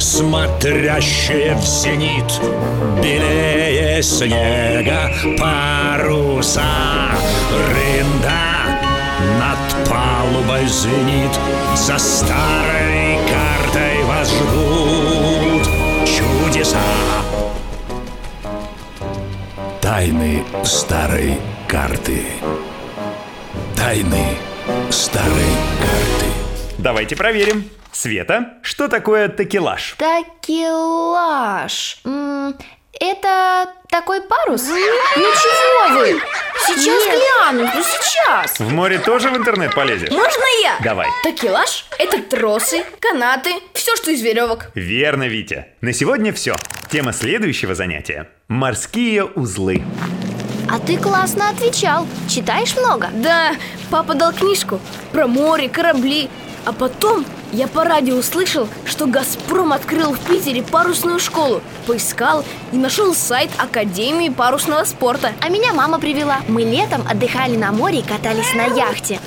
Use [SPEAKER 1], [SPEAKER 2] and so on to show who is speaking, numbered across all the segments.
[SPEAKER 1] смотрящие в зенит, белее снега паруса. Рында над палубой звенит, за старой картой вас ждут чудеса. Тайны старой карты. Тайны старой карты.
[SPEAKER 2] Давайте проверим. Света, что такое такелаж?
[SPEAKER 3] Такелаж. М, Это такой парус? Ну чего вы? Сейчас гляну, ну сейчас.
[SPEAKER 2] В море тоже в интернет полезешь?
[SPEAKER 4] Можно я?
[SPEAKER 2] Давай.
[SPEAKER 4] Такелаж – это тросы, канаты, все, что из веревок.
[SPEAKER 2] Верно, Витя. На сегодня все. Тема следующего занятия – морские узлы.
[SPEAKER 3] А ты классно отвечал. Читаешь много?
[SPEAKER 4] Да, папа дал книжку про море, корабли. А потом я по радио услышал, что «Газпром» открыл в Питере парусную школу. Поискал и нашел сайт Академии парусного спорта.
[SPEAKER 3] А меня мама привела. Мы летом отдыхали на море и катались на яхте.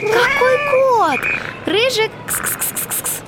[SPEAKER 3] Какой кот! Рыжик. кс-кс-кс-кс-кс.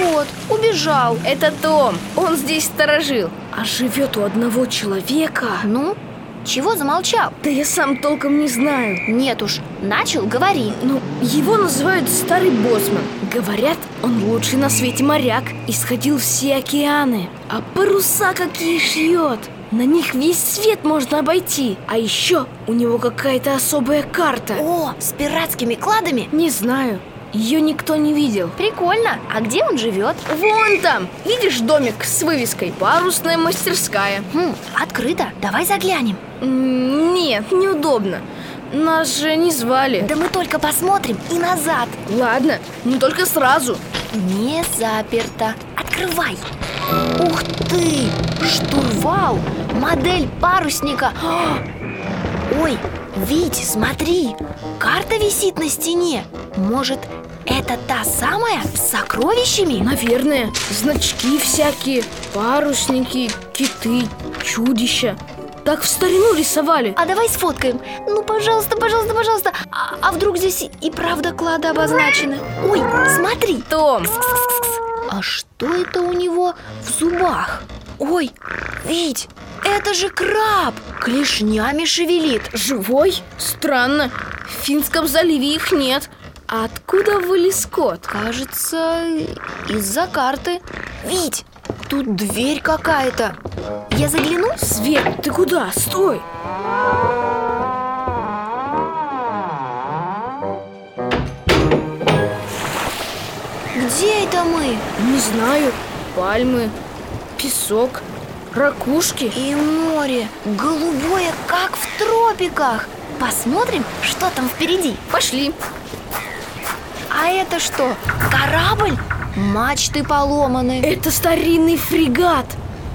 [SPEAKER 3] Ну вот, убежал.
[SPEAKER 4] Это Том, он здесь сторожил. А живет у одного человека.
[SPEAKER 3] Ну, чего замолчал?
[SPEAKER 4] Да я сам толком не знаю.
[SPEAKER 3] Нет уж, начал, говори.
[SPEAKER 4] Ну, его называют Старый Боцман. Говорят, он лучший на свете моряк и сходил все океаны. А паруса какие шьет! На них весь свет можно обойти. А еще у него какая-то особая карта.
[SPEAKER 3] О, с пиратскими кладами?
[SPEAKER 4] Не знаю, ее никто не видел.
[SPEAKER 3] Прикольно. А где он живет?
[SPEAKER 4] Вон там, видишь домик с вывеской «Парусная мастерская».
[SPEAKER 3] Хм, открыто. Давай заглянем.
[SPEAKER 4] М, Нет, неудобно. Нас же не звали.
[SPEAKER 3] Да мы только посмотрим и назад.
[SPEAKER 4] Ладно, ну только сразу.
[SPEAKER 3] Не заперто. Открывай. Ух ты! Штурвал! Модель парусника! А! Ой, Вить, смотри! Карта висит на стене. Может, это та самая с сокровищами?
[SPEAKER 4] Наверное, значки всякие, парусники, киты, чудища. Так в старину рисовали.
[SPEAKER 3] А давай сфоткаем. Ну, пожалуйста, пожалуйста, пожалуйста. А, а вдруг здесь и- и правда клады обозначены? Ой, смотри!
[SPEAKER 4] Том,
[SPEAKER 3] А что это у него в зубах? Ой, Вить, это же краб! Клешнями шевелит.
[SPEAKER 4] живой? Странно. В Финском заливе их нет. А откуда вылез кот?
[SPEAKER 3] Кажется, из-за карты. Вить, тут дверь какая-то. Я загляну?
[SPEAKER 4] Свет, ты куда? Стой!
[SPEAKER 3] Где это мы?
[SPEAKER 4] Не знаю. Пальмы, песок, ракушки.
[SPEAKER 3] И море голубое, как в тропиках. Посмотрим, что там впереди.
[SPEAKER 4] Пошли.
[SPEAKER 3] А это что? Корабль? Мачты поломаны.
[SPEAKER 4] Это старинный фрегат.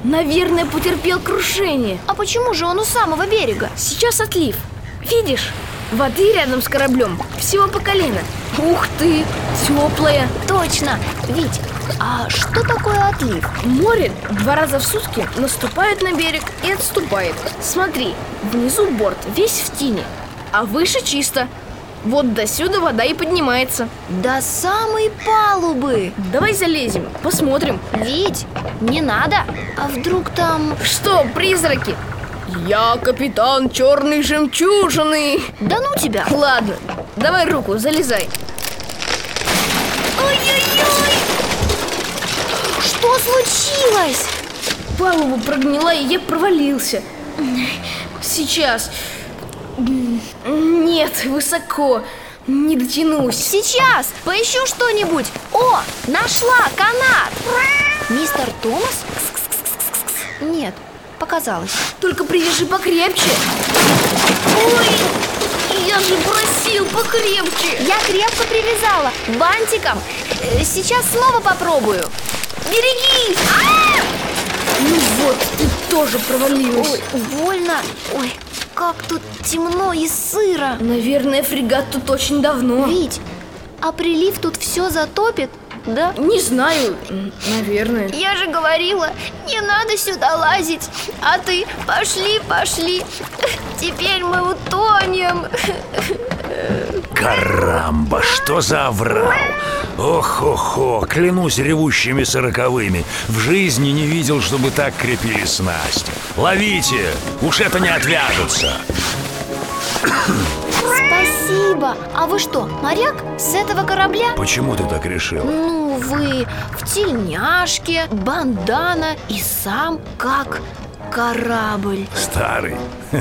[SPEAKER 4] Наверное, потерпел крушение.
[SPEAKER 3] А почему же он у самого берега?
[SPEAKER 4] Сейчас отлив. Видишь, воды рядом с кораблем всего по колено. Ух ты, теплая.
[SPEAKER 3] Точно, Вить, а что такое отлив?
[SPEAKER 4] Море два раза в сутки наступает на берег и отступает. Смотри, внизу борт весь в тени, а выше чисто. Вот до сюда вода и поднимается.
[SPEAKER 3] До самой палубы
[SPEAKER 4] Давай залезем, посмотрим.
[SPEAKER 3] Вить, не надо А вдруг там...
[SPEAKER 4] Что, призраки? Я капитан черной жемчужины.
[SPEAKER 3] Да ну тебя
[SPEAKER 4] Ладно, давай руку, залезай.
[SPEAKER 3] Что случилось?
[SPEAKER 4] Палуба прогнила, и я провалился. Сейчас. М, Нет, высоко. Не дотянусь.
[SPEAKER 3] Сейчас, поищу что-нибудь О, нашла канат Мистер Томас? Нет, показалось
[SPEAKER 4] Только привяжи покрепче. Ой, я же просил покрепче.
[SPEAKER 3] Я крепко привязала, бантиком Э, Сейчас снова попробую Берегись! А!
[SPEAKER 4] Ну вот, ты тоже провалилась.
[SPEAKER 3] Ой, больно Ой, Как тут темно и сыро
[SPEAKER 4] Наверное, фрегат тут очень давно.
[SPEAKER 3] Вить, а прилив тут все затопит, да?
[SPEAKER 4] Не знаю, м, наверное.
[SPEAKER 3] Я же говорила, не надо сюда лазить А ты пошли, пошли Теперь мы утонем
[SPEAKER 1] Карамба, что за оврал? Ох-хо-хо, клянусь ревущими сороковыми В жизни не видел, чтобы так крепили снасть Ловите, уж это не отвяжется
[SPEAKER 3] Спасибо А вы что, моряк с этого корабля?
[SPEAKER 1] Почему ты так решил?
[SPEAKER 3] Ну, вы в тельняшке, бандана и сам как корабль
[SPEAKER 1] Старый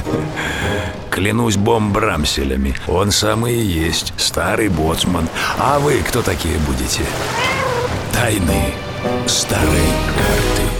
[SPEAKER 1] Клянусь бомбрамселями Он самый и есть, старый боцман А вы кто такие будете? Тайны старой карты